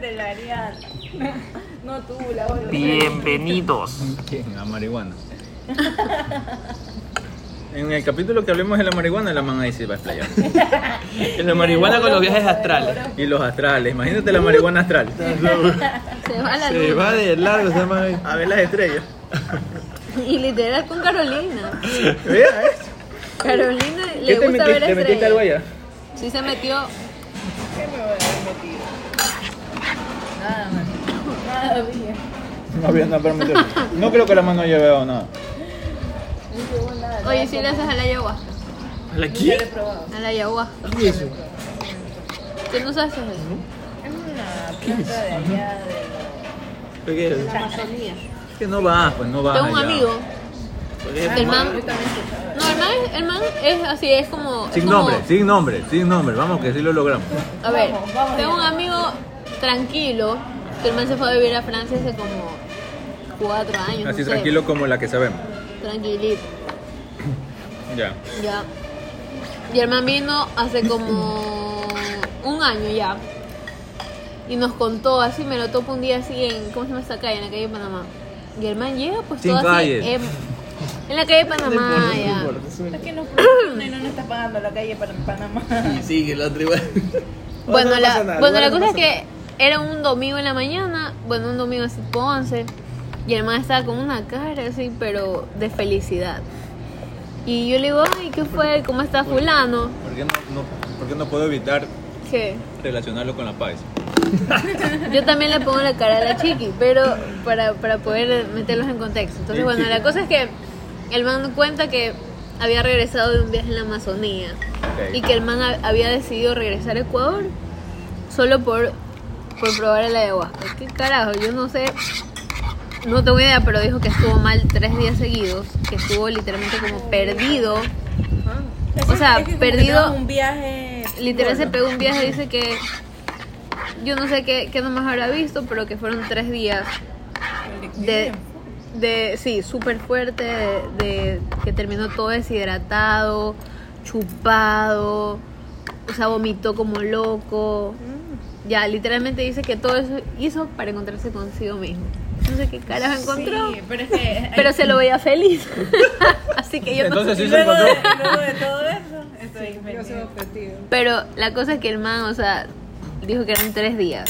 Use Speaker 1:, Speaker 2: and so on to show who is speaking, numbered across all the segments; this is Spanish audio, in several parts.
Speaker 1: de la Ariana. No tú, la otra.
Speaker 2: Bienvenidos.
Speaker 3: ¿Quién? La marihuana. En el capítulo que hablemos de la marihuana, la man ahí se va a explayar.
Speaker 2: La marihuana con los viajes astrales.
Speaker 3: Y los astrales, imagínate la marihuana astral.
Speaker 4: Se va la
Speaker 5: Se
Speaker 4: luz.
Speaker 5: va de largo esa madre.
Speaker 3: A ver las estrellas.
Speaker 4: Y literal con Carolina.
Speaker 3: Vea, ¿eh?
Speaker 4: Carolina
Speaker 3: ¿Qué
Speaker 4: le
Speaker 3: te,
Speaker 4: gusta
Speaker 3: metiste,
Speaker 4: ver
Speaker 3: te metiste algo
Speaker 4: estrellas.
Speaker 3: allá?
Speaker 4: Sí se metió.
Speaker 1: ¿Qué me voy a haber metido? Nada, man. Nada, bien.
Speaker 3: No había nada para meter. No creo que la mano haya llevado nada.
Speaker 1: No llevo nada.
Speaker 4: Oye, si le haces a la ayahuasca.
Speaker 2: ¿La
Speaker 1: Nunca lo he probado.
Speaker 4: A la ayahuasca.
Speaker 5: ¿Qué es eso?
Speaker 4: ¿Qué no sabes eso?
Speaker 1: Es una planta de allá de
Speaker 3: ¿Qué es?
Speaker 4: La Amazonía.
Speaker 3: que no vas, pues no vas.
Speaker 4: Tengo un
Speaker 3: allá.
Speaker 4: amigo.
Speaker 3: Pues
Speaker 4: El man.
Speaker 1: Yo también escuchaba.
Speaker 4: No, el man, es- el man es así, es como. es
Speaker 3: Sin
Speaker 4: como-
Speaker 3: nombre, sin nombre, sin nombre. Vamos que sí lo logramos.
Speaker 4: A ver,
Speaker 1: Vamos, vamos
Speaker 4: tengo
Speaker 1: ya.
Speaker 4: un amigo tranquilo que el man se fue a vivir a Francia hace como cuatro años. no
Speaker 3: Así
Speaker 4: sé.
Speaker 3: tranquilo como la que sabemos.
Speaker 4: Tranquilito,
Speaker 3: Ya.
Speaker 4: ya. Y el man vino hace como un año ya. Y nos contó, así me lo topo un día así en, ¿cómo se llama esta calle? En la calle de Panamá. Y el man llega pues
Speaker 3: Sin
Speaker 4: todo
Speaker 3: calles.
Speaker 4: así. em, en la calle de Panamá, ya.
Speaker 1: Es que no funciona y no nos está pagando la calle para Panamá.
Speaker 5: Y sigue la tribu.
Speaker 4: Bueno,
Speaker 5: No, no
Speaker 4: la,
Speaker 5: pasa nada,
Speaker 4: bueno,
Speaker 5: igual
Speaker 4: la
Speaker 5: no
Speaker 4: cosa es
Speaker 5: pasa
Speaker 4: que era un domingo en la mañana, bueno, un domingo así tipo 11, y el man estaba con una cara así, pero de felicidad. Y yo le digo, ay, ¿qué fue? ¿Cómo está fulano?
Speaker 3: ¿Por qué no, no, por qué no puedo evitar
Speaker 4: Que
Speaker 3: relacionarlo con la paz?
Speaker 4: yo también le pongo la cara a la chiqui, pero para, para poder meterlos en contexto. Entonces, bueno, la cosa es que el man cuenta que había regresado de un viaje en la Amazonía.
Speaker 3: Ok.
Speaker 4: y que el man ha- había decidido regresar a Ecuador solo por, por probar el ayahuasca. ¿Qué carajo? Yo no sé, no tengo idea, pero dijo que estuvo mal tres días seguidos, que estuvo literalmente como perdido. O sea,
Speaker 1: Es que como que
Speaker 4: perdido-
Speaker 1: tengo un viaje.
Speaker 4: Literal se
Speaker 1: Bueno,
Speaker 4: pegó un viaje, dice que yo no sé qué, qué nomás habrá visto, pero que fueron tres días de, de sí, súper fuerte, de, de que terminó todo deshidratado, chupado, o sea, vomitó como loco.
Speaker 1: Mm.
Speaker 4: Ya, literalmente dice que todo eso hizo para encontrarse consigo mismo. No sé qué carajo encontró,
Speaker 1: Sí, pero es que.
Speaker 4: pero se lo veía feliz. Así que yo no
Speaker 3: Entonces
Speaker 4: sé.
Speaker 3: sí
Speaker 1: y
Speaker 3: se
Speaker 1: luego, de,
Speaker 3: encontró.
Speaker 1: luego de todo eso, estoy inventando.
Speaker 4: Pero la cosa es que el man, o sea, dijo que eran tres días.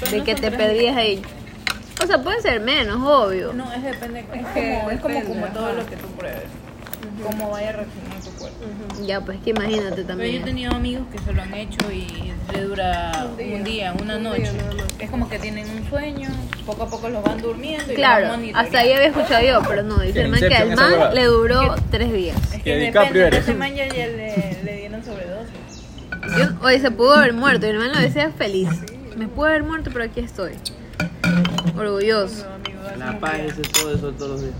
Speaker 1: Pero
Speaker 4: De
Speaker 1: no
Speaker 4: que
Speaker 1: son
Speaker 4: te
Speaker 1: tres
Speaker 4: perdías ahí. O sea, pueden ser menos, obvio.
Speaker 1: No, es depende. Es,
Speaker 4: que
Speaker 1: como, es como,
Speaker 4: depende,
Speaker 1: como
Speaker 4: ajá.
Speaker 1: todo lo que tú pruebes. Cómo vaya a reaccionar tu cuerpo.
Speaker 4: Ya, pues que imagínate
Speaker 1: Pero yo he
Speaker 4: también.
Speaker 1: tenido amigos que se lo han hecho y le dura un día, una noche. es como que tienen un sueño, poco a poco los van durmiendo y los
Speaker 4: Claro,
Speaker 1: van monitoreando.
Speaker 4: hasta ahí había escuchado yo, pero no, dice el man que
Speaker 3: Inception,
Speaker 4: al
Speaker 3: esa
Speaker 4: man
Speaker 3: huevada.
Speaker 4: le duró tres días.
Speaker 1: Es
Speaker 3: Que
Speaker 1: que
Speaker 3: DiCaprio
Speaker 1: depende,
Speaker 3: eres.
Speaker 1: ese man ya ya le, le dieron sobredosis.
Speaker 4: Yo- oye, se pudo haber muerto, y el man lo decía feliz. Me pudo haber muerto, pero aquí estoy. Orgulloso.
Speaker 1: La
Speaker 5: La paz ese es todo eso todos los días.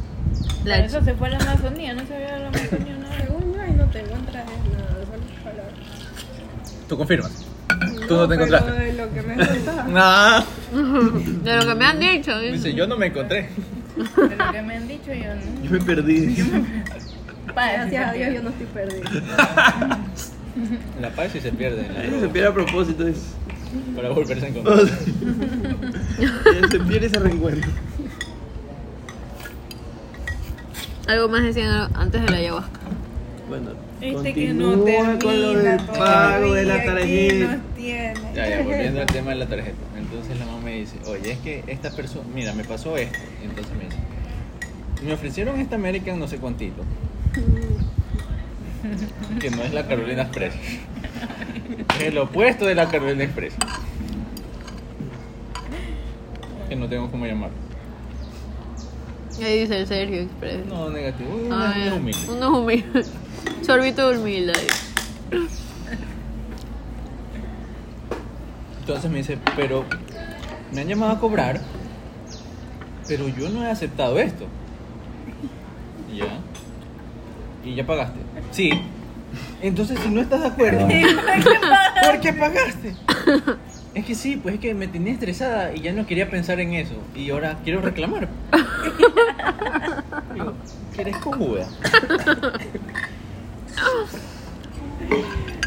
Speaker 4: La
Speaker 1: Por eso se fue a la Amazonía, no se había la Amazonía nada.
Speaker 6: Ay, no te encuentras en nada, solo palabras.
Speaker 3: ¿Tú confirmas? Tú no te
Speaker 6: pero
Speaker 3: encontraste.
Speaker 6: de lo que me contaba.
Speaker 3: No.
Speaker 4: De lo que me han dicho.
Speaker 3: Dice, yo no me encontré.
Speaker 1: De lo que me han dicho yo no.
Speaker 5: Yo me perdí.
Speaker 1: Pa,
Speaker 6: Gracias a Dios ah, yo
Speaker 1: no.
Speaker 6: no estoy perdida.
Speaker 3: La paz sí se pierde en la
Speaker 5: Nadie
Speaker 3: vida
Speaker 5: se pierde a propósito. Es...
Speaker 3: para volverse a encontrar.
Speaker 5: se pierde ese reencuentro.
Speaker 4: Algo más decían antes de la ayahuasca.
Speaker 5: Bueno,
Speaker 1: Este que no
Speaker 5: continúa
Speaker 1: termina
Speaker 5: con lo del pago de la tarjeta.
Speaker 3: Ya, ya, volviendo al tema de la tarjeta. Entonces la mamá me dice, oye, es que esta persona, mira, me pasó esto. Entonces me dice, me ofrecieron esta American no sé cuántito. Que no es la Carolina Express. Es el opuesto de la Carolina Express. Que no tengo cómo llamar.
Speaker 4: Y ahí dice el Sergio Express.
Speaker 3: No, negativo. Una
Speaker 4: Ay,
Speaker 3: es humilde.
Speaker 4: Uno es humilde. Sorbito de humildad.
Speaker 3: Entonces me dice, pero me han llamado a cobrar, pero yo no he aceptado esto. Y Ya. ¿Y ya pagaste? Sí. Entonces, si no estás de acuerdo, ¿por qué pagaste? Es que sí, pues es que me tenía estresada y ya no quería pensar en eso. Y ahora quiero reclamar. Digo, ¿Quieres cómoda?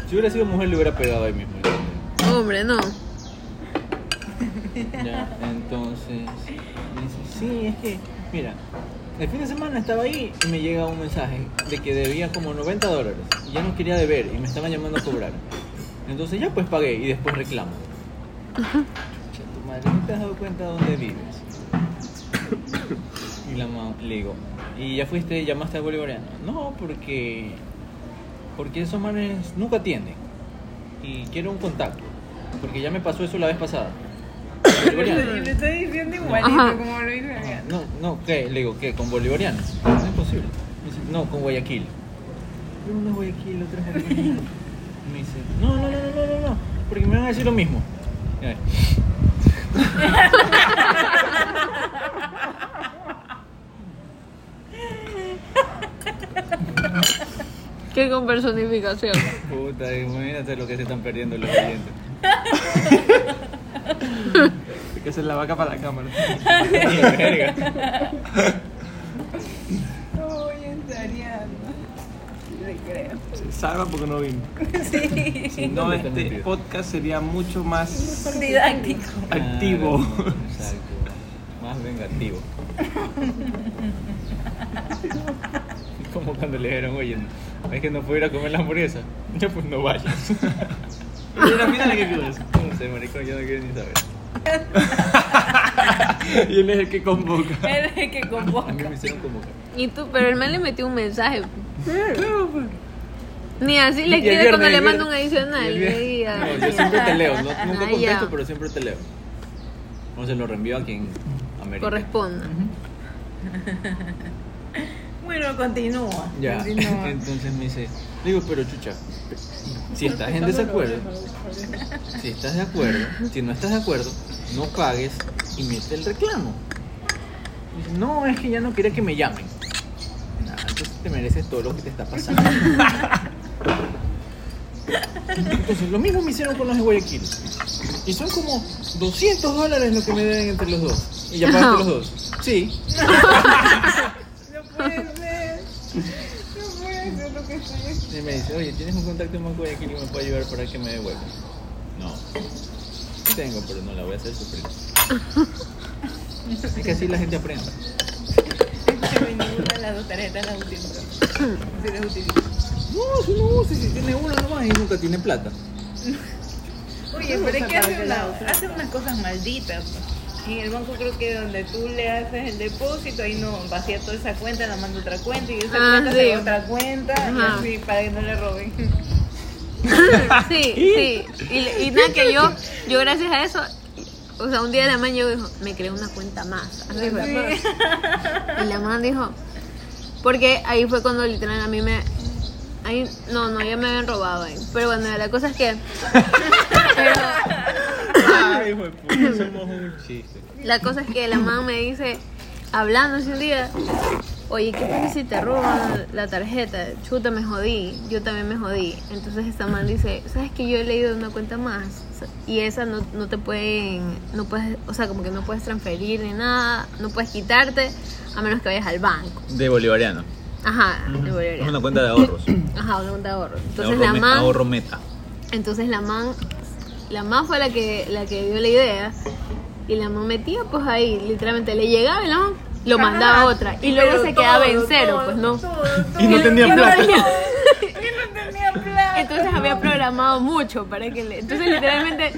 Speaker 3: Si hubiera sido mujer, le hubiera pegado ahí mismo.
Speaker 4: Hombre, no.
Speaker 3: Ya, entonces me dice, sí, es que, mira, el fin de semana estaba ahí y me llega un mensaje de que debía como 90 dólares. Y ya no quería deber y me estaban llamando a cobrar. Entonces ya pues pagué y después reclamo. Chucha, tu madre, ¿no te has dado cuenta dónde vives? Y la ma- le digo, ¿y ya fuiste, llamaste al bolivariano? No, porque, porque esos manes nunca atienden. Y quiero un contacto. Porque ya me pasó eso la vez pasada. Bolivariano.
Speaker 6: Le estoy diciendo igualito
Speaker 4: Ajá.
Speaker 6: como lo hice
Speaker 3: Ah,
Speaker 6: acá.
Speaker 3: No, no, ¿qué? Le digo, ¿qué? ¿Con bolivarianos? No es posible. Me dice, no, con Guayaquil. Pero uno es Guayaquil, otro es Guayaquil. Me dice, no, no, no, no, no, no, no, porque me van a decir lo mismo. Y ahí.
Speaker 4: ¿Qué con personificación?
Speaker 3: Puta, imagínate lo que se están perdiendo los clientes.
Speaker 5: Hay que hacer la vaca para la cámara.
Speaker 3: verga.
Speaker 6: Estoy ensayando. Le creo.
Speaker 5: Se salva porque no vimos. Si
Speaker 3: Sí,
Speaker 5: no,
Speaker 3: ¿dónde te has
Speaker 5: este
Speaker 3: metido?
Speaker 5: podcast sería mucho más
Speaker 1: Didáctico.
Speaker 5: activo.
Speaker 3: Claro, Ah, Exacto. Más vengativo. Como cuando le dijeron, oye, es que no puedo ir a comer la hamburguesa. Ya pues no vayas.
Speaker 5: Y al final, ¿qué quedó eso?
Speaker 3: No sé, maricón, yo no quiero ni saber.
Speaker 5: Y él es el que convoca.
Speaker 1: Él es el que
Speaker 3: A mí
Speaker 1: convoca.
Speaker 3: me hicieron convocar.
Speaker 4: Y tú, pero el man le metió un mensaje.
Speaker 5: Claro, pues.
Speaker 4: Ni así le
Speaker 3: Y el
Speaker 4: escribe
Speaker 3: viernes,
Speaker 4: cuando le
Speaker 3: el
Speaker 4: manda un
Speaker 3: viernes- y
Speaker 4: adicional.
Speaker 3: el
Speaker 4: le
Speaker 3: viernes-
Speaker 4: diga.
Speaker 3: No, yo siempre te leo, no, nunca
Speaker 4: Ah,
Speaker 3: contesto,
Speaker 4: ya.
Speaker 3: pero siempre te leo. O se lo reenvío a quien amerita.
Speaker 4: Corresponda.
Speaker 1: Bueno, continúa.
Speaker 3: Ya, entonces me dice, le digo, pero chucha, si estás en desacuerdo, si estás de acuerdo, si no estás de acuerdo, no pagues y mete el reclamo. Dice, no, es que ya no quería que me llamen. Nada, entonces te mereces todo lo que te está pasando. Entonces, lo mismo me hicieron con los de Guayaquil. Y son como 200 dólares lo que me deben entre los dos. ¿Y ya pagaste los dos? Sí.
Speaker 6: No puede ser. No puede ser lo que estoy haciendo.
Speaker 3: Y me dice, oye, ¿tienes un contacto más Guayaquil que me puede ayudar para que me devuelvan? No. Sí Tengo, pero no la voy a hacer sufrir. Es que así la gente aprende.
Speaker 1: Escúchame, ninguna de las dos tarjetas las utilizo. Sí las utilizo.
Speaker 3: No, si no usa, si tiene uno nomás y nunca tiene plata.
Speaker 1: Oye, pero es que hace, una- hace unas cosas malditas. pues. En el banco creo que donde tú le haces el depósito, ahí no vacía toda esa cuenta, la manda a otra cuenta y esa
Speaker 4: Ah,
Speaker 1: cuenta
Speaker 4: sí.
Speaker 1: se va a otra cuenta
Speaker 4: Ajá.
Speaker 1: y así para que no le roben.
Speaker 4: Sí, sí. Y, le- y nada que yo, yo gracias a eso, o sea, un día la man yo dijo, me creé una cuenta más. Así fue. pues. Y la man dijo, porque ahí fue cuando literal a mí me... Ahí, no, no, ya me habían robado ahí. Pero bueno, la cosa es que... pero-
Speaker 5: Ah.
Speaker 3: Ay, hijo de puta, somos un chiste.
Speaker 4: La cosa es que la mamá me dice, hablando ese día, oye, ¿qué pasa si te roban la tarjeta? Chuta, me jodí, yo también me jodí. Entonces esta mamá dice, ¿sabes que yo he leído de una cuenta más? Y esa no, no te pueden, no puedes, o sea, como que no puedes transferir ni nada, no puedes quitarte, a menos que vayas al banco.
Speaker 3: De bolivariano.
Speaker 4: Ajá, de Bolivia.
Speaker 3: cuenta de ahorros.
Speaker 4: Ajá, una cuenta de ahorro. Entonces la mamá...
Speaker 3: meta.
Speaker 4: Entonces la man, la man fue la que, la que dio la idea y la man metía pues ahí, literalmente le llegaba y la man lo mandaba a otra y luego se quedaba en cero, pues no.
Speaker 5: Y no tenía plata.
Speaker 4: Entonces había programado mucho para que le... Entonces literalmente,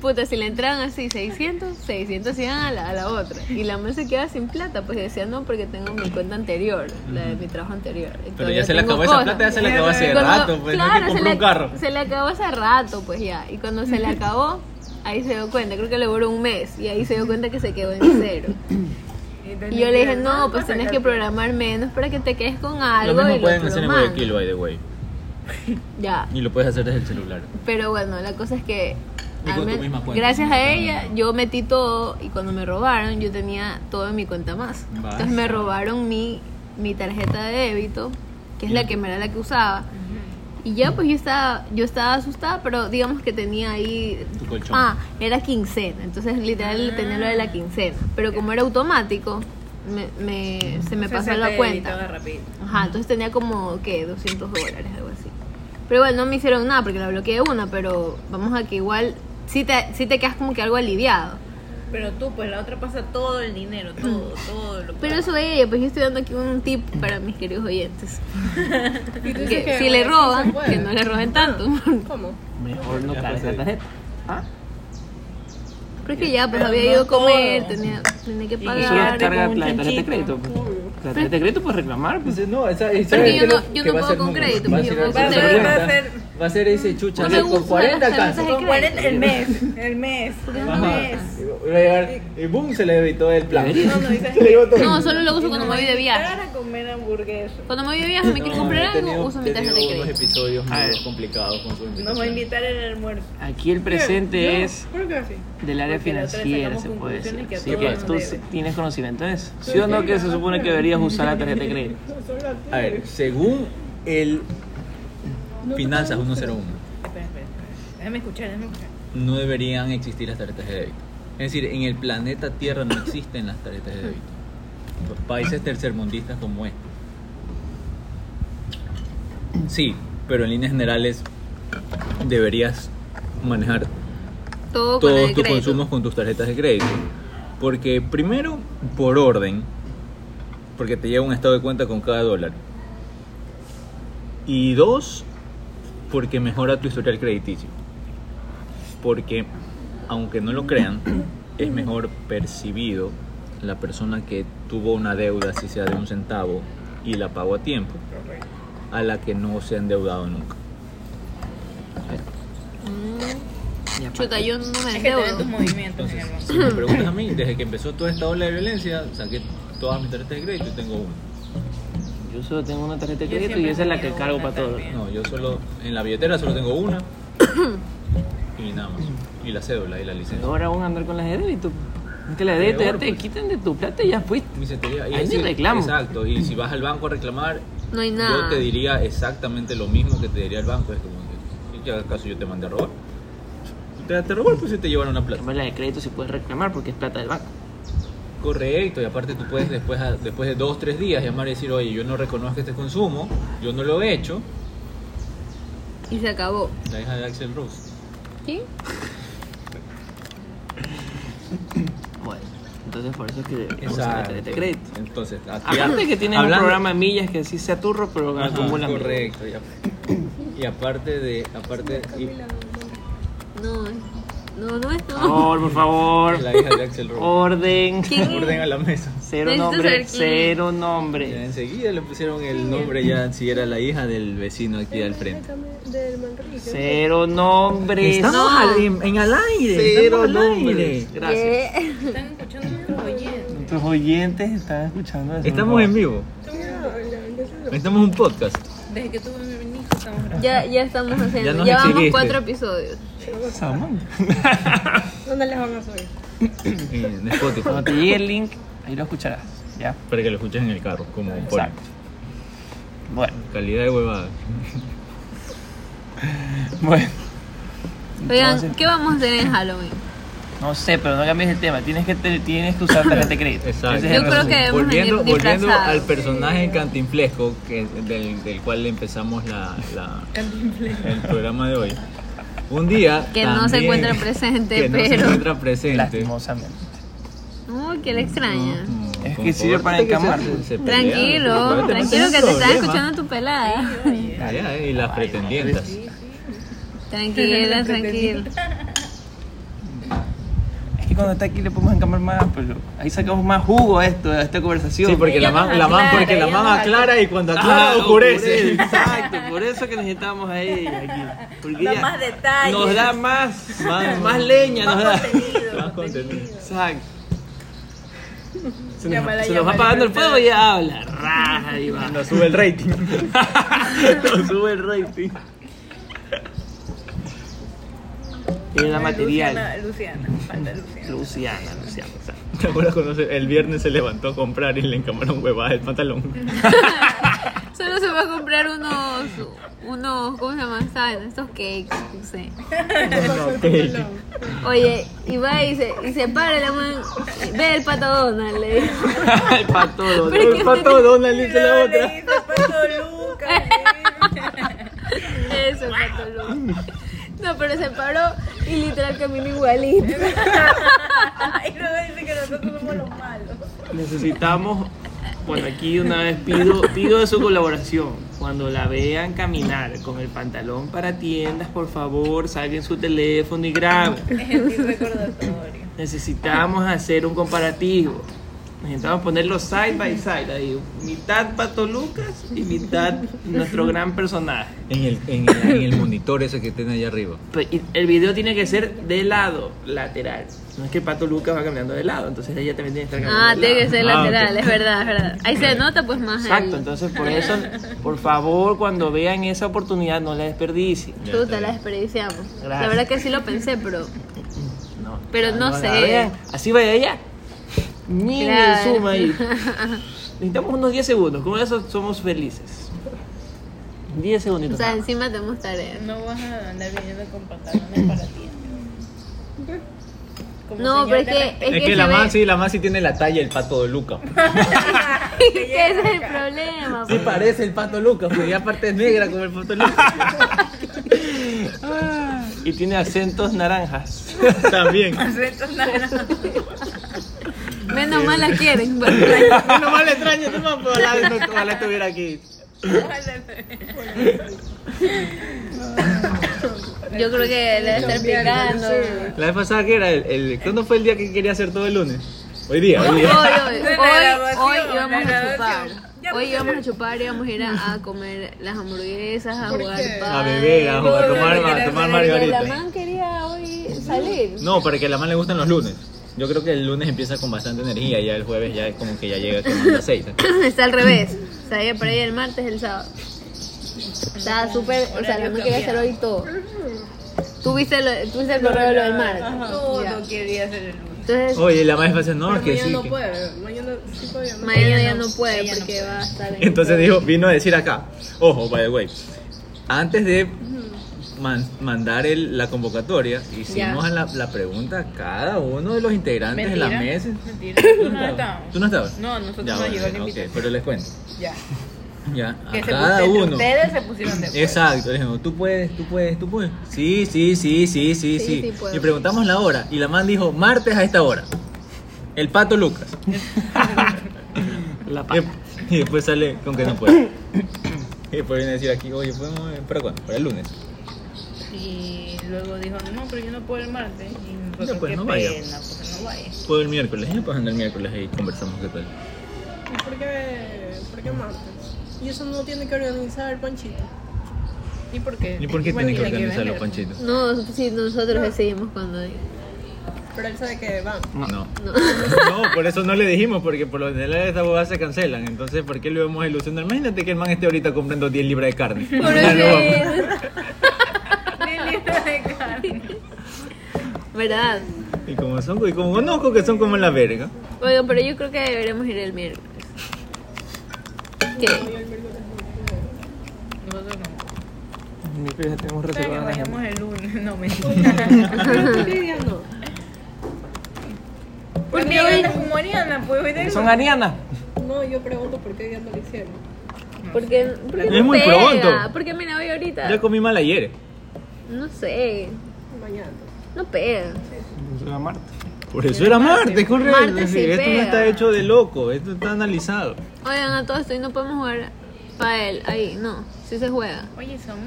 Speaker 4: puta, si le entraban así 600, 600 iban a la, a la otra. Y la man se quedaba sin plata, pues y decía, no, porque tengo mi cuenta anterior, la de mi trabajo anterior. Y
Speaker 3: Pero
Speaker 4: todavía
Speaker 3: ya se le
Speaker 4: tengo
Speaker 3: acabó esa
Speaker 4: cosas".
Speaker 3: plata, ya se le acabó hace
Speaker 4: Cuando-
Speaker 3: rato, pues no es
Speaker 4: claro,
Speaker 3: que
Speaker 4: se
Speaker 3: compró
Speaker 4: le-
Speaker 3: un carro.
Speaker 4: Se le acabó hace rato, pues ya. Y cuando se le acabó, ahí se dio cuenta. Creo que le duró un mes. Y ahí se dio cuenta que se quedó en cero. Y yo le dije, no, pues tienes que programar menos para que te quedes con algo. y lo programas".
Speaker 3: by the way.
Speaker 4: Ya.
Speaker 3: Y lo puedes hacer desde el celular.
Speaker 4: Pero bueno, la cosa es que.
Speaker 3: Y con
Speaker 4: al
Speaker 3: tu
Speaker 4: men-
Speaker 3: misma cuenta.
Speaker 4: Gracias a ella, yo metí todo. Y cuando me robaron, yo tenía todo en mi cuenta más.
Speaker 3: Vaya.
Speaker 4: Entonces me robaron mi, mi tarjeta de débito, que es la que me era la que usaba. Y ya pues yo estaba, yo estaba asustada, pero digamos que tenía ahí...
Speaker 3: Tu colchón.
Speaker 4: Ah, era quincena, entonces literal tenía lo de la quincena. Pero como era automático, me, me- se me pasó la cuenta. Ajá, entonces tenía como, ¿qué? 200 dólares, algo así. Pero igual no me hicieron nada porque la bloqueé de una, pero vamos a que igual sí te, sí te quedas como que algo aliviado.
Speaker 1: Pero tú, pues la otra pasa todo el dinero, todo, todo lo
Speaker 4: Mm. Pero
Speaker 1: paga.
Speaker 4: eso de ella, pues yo estoy dando aquí un tip para mis queridos oyentes.
Speaker 6: Y tú dices
Speaker 4: Que
Speaker 6: que,
Speaker 4: si le
Speaker 6: bueno,
Speaker 4: roban,
Speaker 6: sí se
Speaker 4: que
Speaker 6: puede.
Speaker 4: no le roben tanto.
Speaker 6: ¿Cómo?
Speaker 2: Mejor no
Speaker 5: Ya
Speaker 2: pagues
Speaker 5: pasé.
Speaker 2: la tarjeta. ¿Ah?
Speaker 4: Porque ya, pues
Speaker 1: Pero
Speaker 4: había
Speaker 1: no
Speaker 4: ido a comer,
Speaker 1: todo.
Speaker 4: tenía, tenía que
Speaker 2: Y solo
Speaker 4: pagar.
Speaker 2: carga
Speaker 6: como un
Speaker 2: la tarjeta de
Speaker 6: chanchito.
Speaker 2: crédito. pues. La tarjeta de crédito, pues reclamar. Pues.
Speaker 3: Entonces, no, esa, esa
Speaker 4: Porque yo
Speaker 3: creo
Speaker 4: no- yo
Speaker 3: que
Speaker 4: no
Speaker 3: va a
Speaker 4: puedo
Speaker 3: ser
Speaker 4: con
Speaker 3: número.
Speaker 4: crédito,
Speaker 3: Va a
Speaker 4: porque
Speaker 3: ser
Speaker 4: yo
Speaker 3: algo
Speaker 1: puedo
Speaker 3: así.
Speaker 1: tener-
Speaker 3: Va a
Speaker 1: Va a
Speaker 3: ser- Va a ser ese chucha.
Speaker 4: No me
Speaker 3: con
Speaker 4: gustan
Speaker 3: 40
Speaker 4: las
Speaker 3: alcanzo.
Speaker 4: tarjetas
Speaker 1: Con 40 el mes, el mes,
Speaker 4: Porque
Speaker 1: el
Speaker 4: no me
Speaker 1: mes.
Speaker 4: gusta.
Speaker 3: Y va a llegar, y boom, se le evitó el plan.
Speaker 2: Debería.
Speaker 1: No, no, dices-
Speaker 3: Se le evitó todo.
Speaker 4: No, solo lo uso cuando me voy de viaje.
Speaker 1: Para comer hamburguesas.
Speaker 4: Cuando me voy de viaje, me quiero
Speaker 3: No,
Speaker 4: comprar
Speaker 3: he tenido-
Speaker 4: algo, uso mi
Speaker 3: he
Speaker 4: tarjeta de
Speaker 3: tenido
Speaker 4: crédito.
Speaker 3: unos episodios
Speaker 2: A ver.
Speaker 3: muy complicados con su
Speaker 1: Nos va a
Speaker 3: invitación.
Speaker 1: invitar el almuerzo.
Speaker 2: Aquí el presente
Speaker 6: Yo-
Speaker 2: es
Speaker 6: ¿Por qué así?
Speaker 2: del área
Speaker 1: Porque la otra vez
Speaker 2: financiera,
Speaker 1: sacamos
Speaker 2: se puede decir.
Speaker 1: conclusiones que a
Speaker 2: Así
Speaker 1: todos
Speaker 2: que
Speaker 3: nos
Speaker 2: tú
Speaker 1: deben.
Speaker 2: sí tienes conocimiento de eso. ¿Sí o no que se supone que deberías usar la tarjeta de crédito?
Speaker 3: A ver, según el Finanzas 101,
Speaker 1: Espera, espera, espera. Déjame escuchar, déjame escuchar.
Speaker 3: no deberían existir las tarjetas de débito. Es decir, en el planeta Tierra no existen las tarjetas de débito. Los países tercermundistas como este. Sí, pero en líneas generales deberías manejar
Speaker 4: Todo con
Speaker 3: todos
Speaker 4: el
Speaker 3: tus
Speaker 4: crédito.
Speaker 3: consumos con tus tarjetas de crédito. Porque primero, por orden, porque te lleva un estado de cuenta con cada dólar. Y dos, porque mejora tu historial crediticio. Porque, aunque no lo crean, es mejor percibido la persona que tuvo una deuda, si sea de un centavo, y la pagó a tiempo, a la que no se ha endeudado nunca.
Speaker 2: Ya, pa-
Speaker 4: Chuta, yo no me
Speaker 1: Es que te ven tus
Speaker 4: endeudo.
Speaker 1: movimientos, mi
Speaker 3: Entonces,
Speaker 1: amor.
Speaker 3: si me preguntas a mí, desde que empezó toda esta ola de violencia, saqué todas mis tarjetas de crédito y tengo una.
Speaker 2: Yo solo tengo una tarjeta de
Speaker 1: Yo
Speaker 2: crédito y
Speaker 1: siempre
Speaker 2: esa es la que
Speaker 1: tenía
Speaker 2: cargo
Speaker 1: una
Speaker 2: para todo.
Speaker 1: también.
Speaker 3: No, yo solo, en la billetera solo tengo una y nada más. Y la cédula y la licencia.
Speaker 2: Ahora van a andar con las de débito. Es Que las de débito ya
Speaker 3: Peor,
Speaker 2: te
Speaker 3: pues.
Speaker 2: quitan de tu plata y ya fuiste.
Speaker 3: Mi cetería. Y
Speaker 2: Ahí ni
Speaker 3: así-
Speaker 2: reclamo.
Speaker 3: Exacto, y si vas al banco a reclamar,
Speaker 4: No hay
Speaker 3: yo
Speaker 4: nada.
Speaker 3: te diría exactamente lo mismo que te diría el banco. Es como que, ¿qué acaso yo te mandé a robar? Te, te robar, pues si te llevaron una plata.
Speaker 2: Además, la de crédito sí puedes reclamar porque es plata del banco.
Speaker 3: Correcto, y aparte tú puedes después, a- después de dos, tres días llamar y decir, oye, yo no reconozco este consumo, yo no lo he hecho,
Speaker 4: Y se acabó.
Speaker 3: la hija de Axel Rose.
Speaker 4: ¿Sí?
Speaker 2: Bueno, entonces por eso es que debemos usar la tarjeta de este crédito.
Speaker 3: Entonces, aquí
Speaker 2: Aparte que tienen
Speaker 3: hablando-
Speaker 2: un programa de millas que sí se aturro, pero
Speaker 3: Ajá,
Speaker 2: acumulan.
Speaker 3: correcto, y, ap- y aparte de, aparte, y
Speaker 4: No, es- no, no es
Speaker 2: Por
Speaker 4: no.
Speaker 2: favor, por favor.
Speaker 3: la hija de Axel
Speaker 2: Oh.
Speaker 3: Rose.
Speaker 2: Orden.
Speaker 4: ¿Quién?
Speaker 3: Orden a la mesa.
Speaker 2: Cero
Speaker 4: Necesito
Speaker 2: nombre.
Speaker 4: saber quién es.
Speaker 2: Cero
Speaker 3: Ya
Speaker 2: nombre.
Speaker 3: enseguida le pusieron el nombre ya si era la hija del vecino aquí al frente.
Speaker 2: Cero nombre.
Speaker 4: No. al-
Speaker 3: en, al aire.
Speaker 2: Cero nombres. Gracias.
Speaker 4: ¿Qué?
Speaker 1: Están escuchando nuestros oyentes.
Speaker 2: Nuestros oyentes están escuchando eso.
Speaker 3: Estamos en vivo. Estamos en un podcast.
Speaker 1: Desde que tú me viniste estamos grabando.
Speaker 4: Ya, ya estamos
Speaker 3: Ya
Speaker 4: haciendo.
Speaker 3: nos
Speaker 4: Ya vamos
Speaker 3: exhibiste.
Speaker 4: cuatro episodios.
Speaker 6: ¿Dónde les van a subir?
Speaker 3: En Spotify.
Speaker 2: Cuando te llegue el link, ahí lo escucharás. Ya.
Speaker 3: Para que lo escuches en el carro, como un
Speaker 2: Exacto. Bueno,
Speaker 3: Calidad de huevada.
Speaker 2: bueno.
Speaker 4: Oigan,
Speaker 2: Entonces-
Speaker 4: ¿qué vamos a hacer en Halloween?
Speaker 2: No sé, pero no cambies el tema. Tienes que, te- tienes que usar tarjeta de crédito.
Speaker 3: Exacto.
Speaker 2: Ese es el
Speaker 4: Yo creo
Speaker 2: resumen.
Speaker 4: que- debemos
Speaker 3: volviendo,
Speaker 4: venir
Speaker 3: volviendo
Speaker 4: disfrazados.
Speaker 3: al personaje cantinflesco que, del, del cual empezamos la, la- el programa de hoy. Un día.
Speaker 4: Que no se
Speaker 3: también-
Speaker 4: encuentra presente,
Speaker 3: que no se
Speaker 4: pero-
Speaker 3: encuentra presente.
Speaker 2: Lastimosamente.
Speaker 4: Uy, que le extraña.
Speaker 2: Es que sirve para encamar.
Speaker 3: encamar
Speaker 4: Tranquilo, tranquilo que te estás escuchando tu pelada.
Speaker 3: y las pretendientas.
Speaker 4: Tranquila, tranquila.
Speaker 2: Es que cuando está aquí le podemos encamar más, pero ahí sacamos más jugo a esto, a esta conversación.
Speaker 3: Sí, porque la
Speaker 1: Ella nos
Speaker 3: man, la man-
Speaker 1: aclara,
Speaker 3: porque la
Speaker 1: ella
Speaker 3: man
Speaker 1: nos
Speaker 3: aclara y cuando aclara
Speaker 2: Ah,
Speaker 3: oscurece.
Speaker 2: Exacto, por eso que necesitamos a ella aquí. Porque
Speaker 1: Da
Speaker 2: ella
Speaker 1: más detalles.
Speaker 2: Nos da más, más, más leña, nos da.
Speaker 3: Más contenido.
Speaker 2: Exacto. Se nos,
Speaker 1: Llámala,
Speaker 2: se nos va
Speaker 1: llámala,
Speaker 2: apagando el fuego
Speaker 1: llámala.
Speaker 2: y ya habla. Raja y va.
Speaker 3: Nos sube el rating.
Speaker 2: Nos sube el rating. Era material.
Speaker 1: Luciana, Luciana, falta Luciana.
Speaker 2: Luciana, Luciana. exacto.
Speaker 3: ¿Te acuerdas cuando se- el viernes se levantó a comprar y le encamaron huevadas el pantalón?
Speaker 4: Solo se va a comprar unos, unos, ¿cómo se llaman? ¿Saben? Estos cakes, no sé. Oye, y va y se, y se para la man. Ve el pato Donald, le digo.
Speaker 2: el pato Donald.
Speaker 4: Pero es que-
Speaker 3: Donald hizo
Speaker 1: No, le dice Pato Lucas, le dice.
Speaker 4: Eso, pato Lu. No, pero se paró Y literal camino igualito.
Speaker 6: Ay, no dice que nosotros somos los malos.
Speaker 2: Necesitamos, bueno, aquí una vez pido, pido de su colaboración. Cuando la vean caminar con el pantalón para tiendas, por favor, saquen su teléfono y graben.
Speaker 1: Es el recordatorio.
Speaker 2: Necesitamos hacer un comparativo. Necesitamos ponerlo side by side ahí. Mitad Pato Lucas y mitad nuestro gran personaje.
Speaker 3: En el, en el, en el monitor ese que tiene allá arriba.
Speaker 2: Pe- y El video tiene que ser de lado, lateral. No es que Pato Lucas va caminando de lado, entonces ella también tiene que estar caminando
Speaker 4: Ah,
Speaker 2: de
Speaker 4: tiene que
Speaker 2: lado.
Speaker 4: ser
Speaker 3: Ah,
Speaker 4: lateral,
Speaker 3: ok.
Speaker 4: es verdad, es verdad. Ahí se nota pues más. el-
Speaker 2: Exacto, entonces por eso, por favor, cuando vean esa oportunidad, no la desperdicien.
Speaker 3: Ya está
Speaker 4: Puta,
Speaker 3: bien.
Speaker 4: la desperdiciamos. La
Speaker 2: este, Gracias.
Speaker 4: verdad que sí lo pensé, pero.
Speaker 2: No,
Speaker 4: Pero
Speaker 2: ah,
Speaker 4: no
Speaker 2: la
Speaker 4: sé.
Speaker 2: vean. Así vaya ella. Ni le
Speaker 4: Claro.
Speaker 2: suma ahí. Necesitamos unos 10 segundos, con eso somos felices. 10
Speaker 4: O
Speaker 2: segunditos.
Speaker 4: sea,
Speaker 2: nada más.
Speaker 4: encima tenemos tarea.
Speaker 1: No vas a andar viniendo con pantalones para ti. Como
Speaker 4: No, pero
Speaker 1: señal
Speaker 4: es
Speaker 1: de
Speaker 4: que.
Speaker 1: respeto.
Speaker 4: Es que, se
Speaker 3: la
Speaker 4: ve-
Speaker 3: Maxi, la Maxi tiene la talla el pato de Luca.
Speaker 4: que ese es el problema.
Speaker 3: Sí
Speaker 4: pues.
Speaker 3: parece el pato Lucas, porque ya aparte es negra como el pato Lucas.
Speaker 2: Y tiene acentos naranjas.
Speaker 3: También.
Speaker 1: Acentos naranjas.
Speaker 4: Menos mal la quieren. porque-
Speaker 3: No más pues. le extraño, tú mamá, ojalá, no- ojalá estuviera aquí.
Speaker 4: Yo creo que le debe estar picando.
Speaker 3: La vez pasada que era el, el- ¿Cuándo fue el día que quería hacer todo el lunes? Hoy día, hoy
Speaker 4: Hoy,
Speaker 3: día.
Speaker 4: hoy,
Speaker 1: De la
Speaker 4: hoy,
Speaker 1: grabación,
Speaker 4: hoy
Speaker 1: la
Speaker 4: íbamos a chupar.
Speaker 1: grabación. Ya
Speaker 4: Hoy
Speaker 1: me
Speaker 4: íbamos a chupar y íbamos a ir a, a comer las hamburguesas, a
Speaker 6: ¿Por
Speaker 4: jugar
Speaker 6: qué?
Speaker 4: pádel.
Speaker 3: A beber, a, jugar, a tomar, a tomar
Speaker 4: Pero La
Speaker 3: margarita.
Speaker 4: man quería hoy salir.
Speaker 3: No, porque a la man le gustan los lunes. Yo creo que el lunes empieza con bastante energía y ya el jueves ya es como que ya llega tomando aceite.
Speaker 4: Está al revés. O sea, ella por ahí el martes, el sábado. Estaba súper. O sea, la man quería hacer hoy todo. Tú viste, lo- tú viste el correo de lo del martes.
Speaker 1: No,
Speaker 4: Ya.
Speaker 1: no quería hacer el lunes.
Speaker 4: Entonces,
Speaker 3: Oye, la más fácil, Ah, no, es que sí.
Speaker 6: Mañana no
Speaker 3: que-
Speaker 6: puede, mañana sí puede. ¿no?
Speaker 4: mañana
Speaker 1: ella
Speaker 4: ya
Speaker 1: no-
Speaker 4: no puede
Speaker 1: ella no
Speaker 4: porque va a estar en.
Speaker 3: Entonces dijo, vino a decir acá, ojo, by the way, antes de man- mandar el- la convocatoria, hicimos
Speaker 4: Ya.
Speaker 3: la, la pregunta a cada uno de los integrantes de la
Speaker 1: Mentira.
Speaker 3: mesa.
Speaker 1: Mentira.
Speaker 3: ¿Tú
Speaker 1: No, no,
Speaker 3: ¿Tú no estabas?
Speaker 1: No, nosotros
Speaker 3: Ya,
Speaker 1: no
Speaker 3: bueno,
Speaker 1: llegó la
Speaker 3: ok,
Speaker 1: invitación.
Speaker 3: pero les cuento.
Speaker 1: Ya.
Speaker 3: Ya,
Speaker 1: Que
Speaker 3: a
Speaker 1: se
Speaker 3: cada
Speaker 1: pusieron-
Speaker 3: uno.
Speaker 1: Ustedes se pusieron de acuerdo.
Speaker 3: Exacto, le dijimos, tú puedes, tú puedes, tú puedes. Sí, sí, sí, sí, sí,
Speaker 4: Sí,
Speaker 3: sí.
Speaker 4: sí puedo.
Speaker 3: y preguntamos la hora y la man dijo, martes a esta hora. El pato Lucas.
Speaker 2: La pata.
Speaker 3: Y- Y después sale con que no puede. Y después viene a decir aquí, oye, podemos ver para cuándo, para el lunes.
Speaker 1: Y luego dijo, no, pero yo no puedo el martes. Y nosotros,
Speaker 3: Ya, pues,
Speaker 1: qué
Speaker 3: no vaya.
Speaker 1: pena, porque no vaya.
Speaker 3: Puedo el miércoles, ya pasando el miércoles ahí conversamos qué tal.
Speaker 6: ¿Y por qué, por qué martes? Y eso no tiene que organizar el panchito.
Speaker 1: ¿Y por qué?
Speaker 3: ¿Y por qué
Speaker 1: Bueno,
Speaker 3: tienen que
Speaker 1: y la
Speaker 3: organizar
Speaker 1: vender.
Speaker 3: los panchitos?
Speaker 4: No, sí, nosotros decidimos cuando.
Speaker 6: Pero él sabe que va.
Speaker 3: No. no. por eso no le dijimos, porque por lo general estas bobadas se cancelan. Entonces, ¿por qué le vamos a ilusionar? Imagínate que el man esté ahorita comprando 10 libras de carne.
Speaker 4: Por
Speaker 3: Ya no vamos.
Speaker 1: Ni libra de carne.
Speaker 4: ¿Verdad?
Speaker 3: Y como son, y como conozco que son como la verga.
Speaker 4: Oigan, pero yo creo que deberíamos ir el miércoles. ¿Qué?
Speaker 1: Nosotros no.
Speaker 2: Ni que ya tenemos
Speaker 1: Para que
Speaker 2: reservado la
Speaker 1: vayamos
Speaker 2: agenda.
Speaker 1: el lunes, no mentira. ¿Por qué hablas como Ariana? Pues hoy de-
Speaker 2: Son arianas.
Speaker 6: No, yo pregunto por qué ya no lo hicieron.
Speaker 4: Porque, porque
Speaker 3: Es
Speaker 4: no
Speaker 3: muy
Speaker 4: pega.
Speaker 3: pronto.
Speaker 4: Porque mira, hoy ahorita.
Speaker 3: Ya comí mal ayer.
Speaker 4: No sé.
Speaker 6: Mañana.
Speaker 4: No pega.
Speaker 2: Será Marta.
Speaker 3: Por eso era martes, correcto.
Speaker 4: Martes sí
Speaker 3: esto no
Speaker 4: pega.
Speaker 3: está hecho de loco, esto está analizado.
Speaker 4: Oigan, a todo esto y no podemos jugar para él. Ahí, no. Sí se juega.
Speaker 1: Oye, Samón,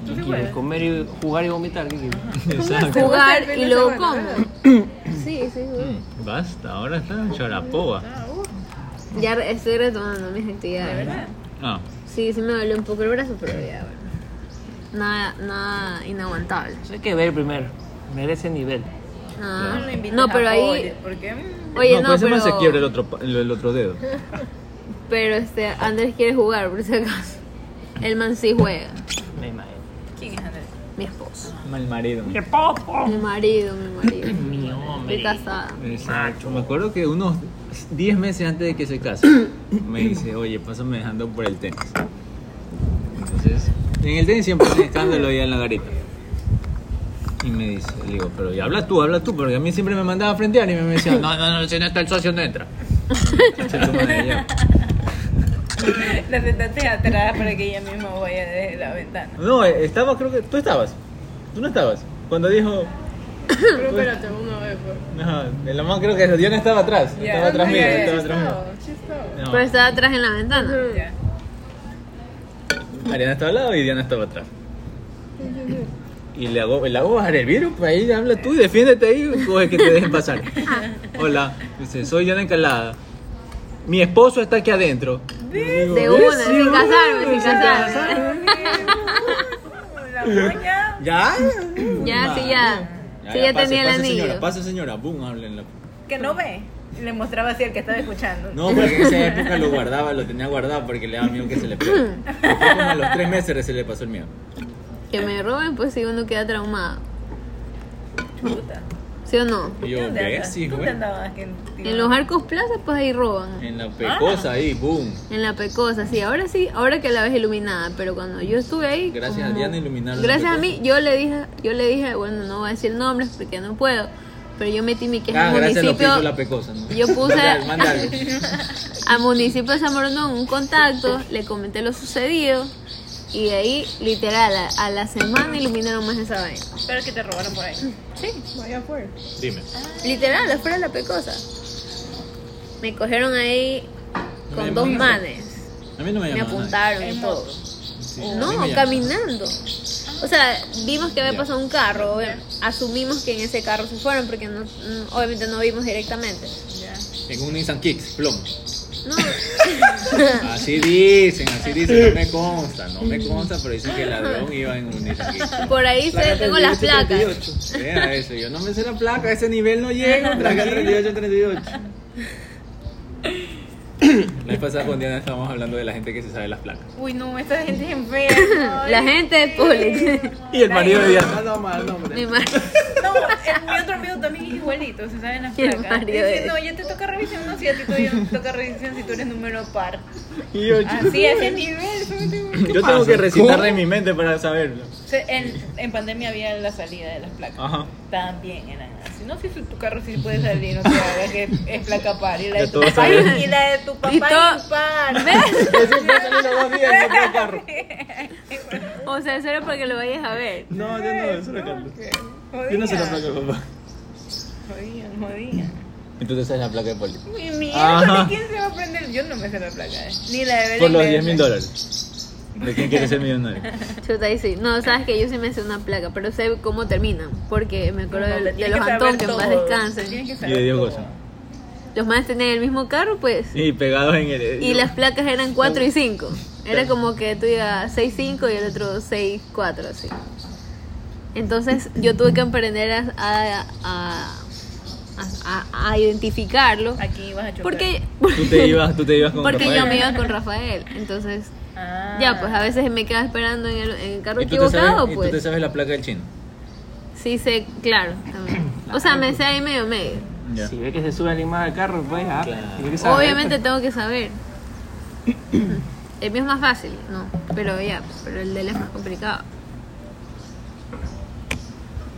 Speaker 1: ¿tú
Speaker 2: ¿Qué
Speaker 1: te
Speaker 2: quieres?
Speaker 1: acuerdas?
Speaker 2: Comer y jugar y vomitar. ¿Qué quieres?
Speaker 3: Exacto.
Speaker 4: Jugar
Speaker 6: Pero
Speaker 4: y
Speaker 6: no
Speaker 4: luego
Speaker 6: se
Speaker 4: como.
Speaker 6: van a
Speaker 4: Sí, sí, juego.
Speaker 3: Mm, Basta, ahora está en charapoa.
Speaker 1: Ah, uh,
Speaker 4: Ya re- estoy retomando mis actividades.
Speaker 1: ¿verdad?
Speaker 3: Ah,
Speaker 4: Sí, sí me dolió un poco el brazo, pero ya, bueno. Nada, nada inaguantable.
Speaker 2: Eso hay que ver primero. Merece nivel.
Speaker 4: Nada.
Speaker 1: No lo invites
Speaker 4: No, pero
Speaker 1: a
Speaker 4: ahí.
Speaker 1: Jorge, Porque mm,
Speaker 4: Oye,
Speaker 3: no,
Speaker 4: no,
Speaker 3: pues ese
Speaker 4: pero.
Speaker 3: man se quiebra el otro, pa- el, el otro dedo.
Speaker 4: Pero este, Andrés quiere jugar, por si acaso. El man sí juega.
Speaker 2: Me imagino.
Speaker 1: ¿quién es Andrés?
Speaker 4: Mi esposo.
Speaker 3: Mal marido.
Speaker 4: Mi marido, mi marido.
Speaker 2: Mi hombre.
Speaker 4: Estoy casada.
Speaker 3: Exacto. Me acuerdo que unos 10 meses antes de que se case, me dice, oye, pásame dejando por el tenis. Entonces, en el tenis siempre hay un escándalo ya en la garita. Y me dice, le digo, pero ya habla tú, habla tú, porque a mí siempre me mandaba a frentear y me decía, no, no, no, si no está el socio, no entra. Se toma de allá.
Speaker 1: La sentaste atrás para que ella misma vaya desde la ventana.
Speaker 3: No, eh, estaba, creo que tú estabas. Tú no estabas. Cuando dijo,
Speaker 6: Pero espérate, una vez, pues.
Speaker 3: No, de la más creo que Diana estaba atrás.
Speaker 1: Ya.
Speaker 3: Estaba atrás
Speaker 1: Ah,
Speaker 3: mío,
Speaker 1: ya, ya,
Speaker 3: estaba
Speaker 1: ya
Speaker 3: atrás mío.
Speaker 6: Chistado, chistado.
Speaker 3: No,
Speaker 4: Pero estaba atrás en la ventana.
Speaker 1: Ya.
Speaker 3: Mariana estaba al lado y Diana estaba atrás. Y le hago, le hago bajar el virus, pues ahí habla tú y defiéndete ahí, coge que te dejen pasar. Hola, dice, soy Diana Encalada. Mi esposo está aquí adentro.
Speaker 4: De una, sin casarme, sin casarme.
Speaker 1: La moña.
Speaker 3: ¿Ya?
Speaker 4: Ya, sí, ya. Sí, ya tenía el
Speaker 3: pase, pase,
Speaker 4: anillo.
Speaker 3: Señora, pase, señora, boom, háblenla.
Speaker 1: Que no ve. Le mostraba así al que estaba escuchando.
Speaker 3: No, porque en esa
Speaker 4: pues,
Speaker 3: época lo guardaba, lo tenía guardado porque le daba miedo que se le pegue. Después, como a los tres meses, se le pasó el miedo.
Speaker 4: Que me roben, pues si uno queda traumado.
Speaker 1: Chuta.
Speaker 4: ¿Sí o no?
Speaker 3: Y yo,
Speaker 1: ¿Dónde
Speaker 3: ¿ves?
Speaker 1: andas?
Speaker 3: Sí,
Speaker 1: ¿Tú
Speaker 3: güey.
Speaker 1: te andabas que
Speaker 4: En los arcos plazas, pues ahí roban.
Speaker 3: En la pecosa ahí, boom.
Speaker 4: En la pecosa, sí. Ahora sí, ahora que la ves iluminada. Pero cuando yo estuve ahí.
Speaker 3: Gracias a
Speaker 4: como-
Speaker 3: Diana iluminaron. la
Speaker 4: Gracias a
Speaker 3: pecosa.
Speaker 4: mí, yo le dije, yo le dije, bueno, no voy a decir nombres porque no puedo. Pero yo metí mi queja
Speaker 3: Ah,
Speaker 4: al
Speaker 3: gracias a lo que hizo
Speaker 4: municipio.
Speaker 3: la pecosa. ¿no?
Speaker 4: Yo puse-
Speaker 3: Manda- manda algo.
Speaker 4: a municipio de San Borondón un contacto, le comenté lo sucedido y de ahí, literal, a, a la semana iluminaron más esa vaina.
Speaker 1: Pero que te robaron por ahí.
Speaker 6: Vaya fuerte.
Speaker 3: Dime.
Speaker 4: Literal, afuera de la pecosa. Me cogieron ahí
Speaker 3: No me
Speaker 4: con dos
Speaker 3: llamaste.
Speaker 4: manes.
Speaker 3: A mí no me
Speaker 4: Me
Speaker 3: llamaron.
Speaker 4: apuntaron y
Speaker 1: En
Speaker 4: todo.
Speaker 1: moto.
Speaker 4: No, caminando. O sea, vimos que había
Speaker 3: Ya.
Speaker 4: pasado un carro, obvia- asumimos que en ese carro se fueron porque no- mm, obviamente no vimos directamente.
Speaker 1: Ya.
Speaker 3: En un Nissan Kicks, plomo.
Speaker 4: No,
Speaker 3: Así dicen, así dicen. No me consta, no me consta, pero dicen que el ladrón iba en un Nissan Kicks.
Speaker 4: por ahí se, tengo las placas.
Speaker 3: Vea eso, yo no me sé la placa, a ese nivel no llego. Placa 38, 38. La vez pasada con Diana estábamos hablando de la gente que se sabe las placas.
Speaker 1: Uy, no, esta gente es enferma.
Speaker 4: La gente de Publix.
Speaker 3: Y el marido de Diana.
Speaker 5: Ah, No, mal nombre.
Speaker 4: Mi madre.
Speaker 1: No, el- mi otro amigo también es igualito, se saben las
Speaker 4: Y el
Speaker 1: placas.
Speaker 4: Mario
Speaker 1: Dice,
Speaker 4: es.
Speaker 1: no, ya te toca revisión, no, si a ti todavía no te toca revisión si tú eres número par.
Speaker 5: Y ocho.
Speaker 1: Así, a ese nivel. fue tipo-
Speaker 3: Yo tengo que recitarla en mi mente para saberlo.
Speaker 1: O sea, En, en pandemia había la salida de las placas.
Speaker 3: Ajá.
Speaker 1: También eran así. No sé si tu carro sí puede salir, no te hagas que es placa par. Y la de
Speaker 3: Ya
Speaker 1: tu
Speaker 3: todos
Speaker 1: papá,
Speaker 3: saben.
Speaker 1: y la de tu papá
Speaker 4: Y todo-
Speaker 1: impar.
Speaker 4: O sea, eso era para que lo vayas a ver.
Speaker 5: No, yo no, eso era Carlos. Yo no sé la
Speaker 1: Jodían,
Speaker 5: placa, papá.
Speaker 1: jodían, jodían.
Speaker 3: Entonces es la placa de poli.
Speaker 1: Mi mierda,
Speaker 3: Ajá.
Speaker 1: ¿quién se va a prender? Yo no me sé la placa, eh. Ni la de Belén
Speaker 3: Por los
Speaker 1: Verde.
Speaker 3: 10 mil dólares. ¿De quién quiere ser millonario?
Speaker 4: Chuta, ahí sí. No, sabes que yo sí me hice una placa, pero sé cómo terminan. Porque me acuerdo de, de los Antón, que en paz descansen.
Speaker 3: Y de Dios goza.
Speaker 4: Los más tenían el mismo carro, pues.
Speaker 3: Y pegados en el.
Speaker 4: Y las placas eran 4 y 5. Era como que tú ibas 6-5 y el otro 6-4, así. Entonces yo tuve que aprender a, a, a, a- a- a identificarlo.
Speaker 1: Aquí vas a chocar.
Speaker 4: Porque,
Speaker 3: Tú te ibas, tú te ibas con
Speaker 4: porque yo
Speaker 3: Rafael.
Speaker 4: me iba con Rafael. Entonces,
Speaker 1: Ah.
Speaker 4: ya, pues a veces me quedaba esperando en el, en el carro
Speaker 3: ¿Y tú, te
Speaker 4: equivocado,
Speaker 3: sabes, y tú te
Speaker 4: pues.
Speaker 3: sabes la placa del chino.
Speaker 4: Sí, sé, claro, también. O sea, me sé ahí medio medio.
Speaker 3: Ya.
Speaker 2: Si ve que se sube animada al carro, pues ah,
Speaker 3: Claro.
Speaker 2: tiene que saber,
Speaker 4: Obviamente tengo que saber. El mío es más fácil, no. Pero ya, pero el de él es más complicado.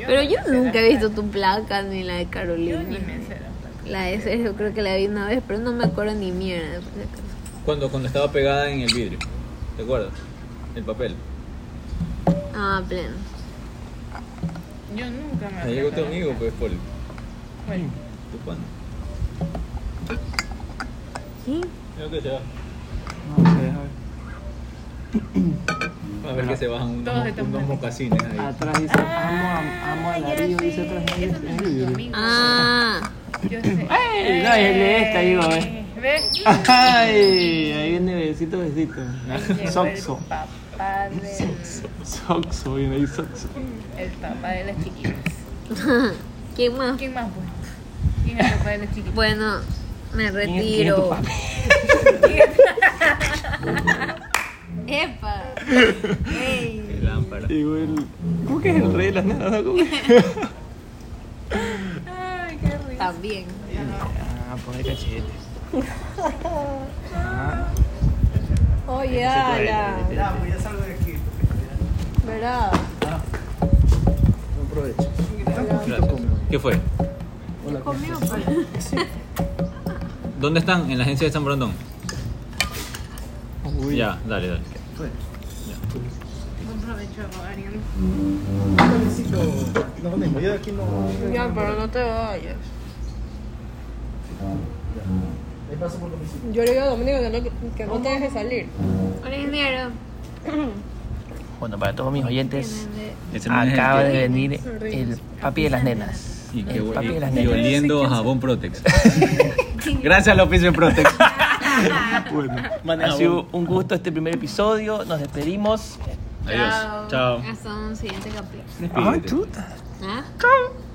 Speaker 4: Pero yo nunca he visto tu placa ni la de
Speaker 1: Yo
Speaker 4: Carolina.
Speaker 1: ni me sé la placa.
Speaker 4: La de Sergio creo que la vi una vez, pero no me acuerdo ni mierda. por si acaso.
Speaker 3: Cuando, cuando estaba pegada en el vidrio. ¿Te acuerdas? El papel.
Speaker 4: Ah, pleno.
Speaker 1: Yo nunca me
Speaker 4: Ah,
Speaker 3: Ahí llegó tu
Speaker 1: acuerdo.
Speaker 3: amigo, pues, Poli.
Speaker 1: Bueno,
Speaker 3: ¿Tú cuándo?
Speaker 4: ¿Sí?
Speaker 3: Creo que se va.
Speaker 2: pues. No sé, a ver.
Speaker 3: A ver que se bajan
Speaker 1: Todos
Speaker 3: unos,
Speaker 1: estamos
Speaker 3: unos
Speaker 1: aquí.
Speaker 3: mocasines ahí.
Speaker 2: Atrás dice, amo, a- amo a
Speaker 1: ya
Speaker 2: Darío,
Speaker 1: sí,
Speaker 2: dice atrás.
Speaker 1: ese no es tu amigo.
Speaker 4: Ah,
Speaker 1: Yo sé.
Speaker 2: ¡Ey! No, es de esta, digo, eh.
Speaker 1: ¿Ves?
Speaker 2: Ay, ahí viene besito, besito.
Speaker 3: Ah,
Speaker 1: Llegó
Speaker 2: Soxo.
Speaker 1: El papá del,
Speaker 2: Soxo, viene ahí Soxo.
Speaker 1: el papá de las chiquitas.
Speaker 4: ¿quién más?
Speaker 1: ¿Quién más, pues? ¿Quién es el papá de las chiquitas?
Speaker 4: Bueno, me
Speaker 2: ¿Quién- quién es tu
Speaker 4: retiro.
Speaker 2: papi?
Speaker 4: Epa. Ey.
Speaker 3: Qué lámpara.
Speaker 2: Llegó el- ¿Cómo que es el rey de las nenas? no? ¿Cómo que-
Speaker 1: Ay, qué rico.
Speaker 4: También.
Speaker 2: Ah, pone cachete. Ah,
Speaker 4: Oye,
Speaker 2: se
Speaker 4: ala.
Speaker 2: puede, se puede.
Speaker 4: ¿Verdad?
Speaker 5: Buen provecho.
Speaker 3: Gracias. ¿Qué fue?
Speaker 5: Hola,
Speaker 4: Conmigo,
Speaker 3: ¿Dónde están? En la agencia de San Brandón.
Speaker 2: Uy,
Speaker 3: Ya, dale, dale.
Speaker 5: fue?
Speaker 3: Ya.
Speaker 7: hecho, Ariana.
Speaker 2: No ponemos, yo de aquí no.
Speaker 4: Ya, pero no te vayas.
Speaker 2: Ahí paso por la oficina.
Speaker 6: Yo le digo a Domingo que no, que no te deje salir.
Speaker 4: Hola, ingeniero.
Speaker 5: Bueno, para todos mis oyentes,
Speaker 3: Ese
Speaker 4: eh.
Speaker 3: man es el
Speaker 5: acaba
Speaker 3: que-
Speaker 5: de venir el papi de las nenas.
Speaker 3: Y, que,
Speaker 5: El papi de las
Speaker 3: y
Speaker 5: nenas.
Speaker 3: oliendo a jabón Protex. Gracias al oficio en Protex.
Speaker 5: Ha sido un gusto este primer episodio. Nos despedimos.
Speaker 3: Adiós. Chao.
Speaker 4: Hasta un siguiente capítulo.
Speaker 3: Despídete.
Speaker 4: ¿Ah?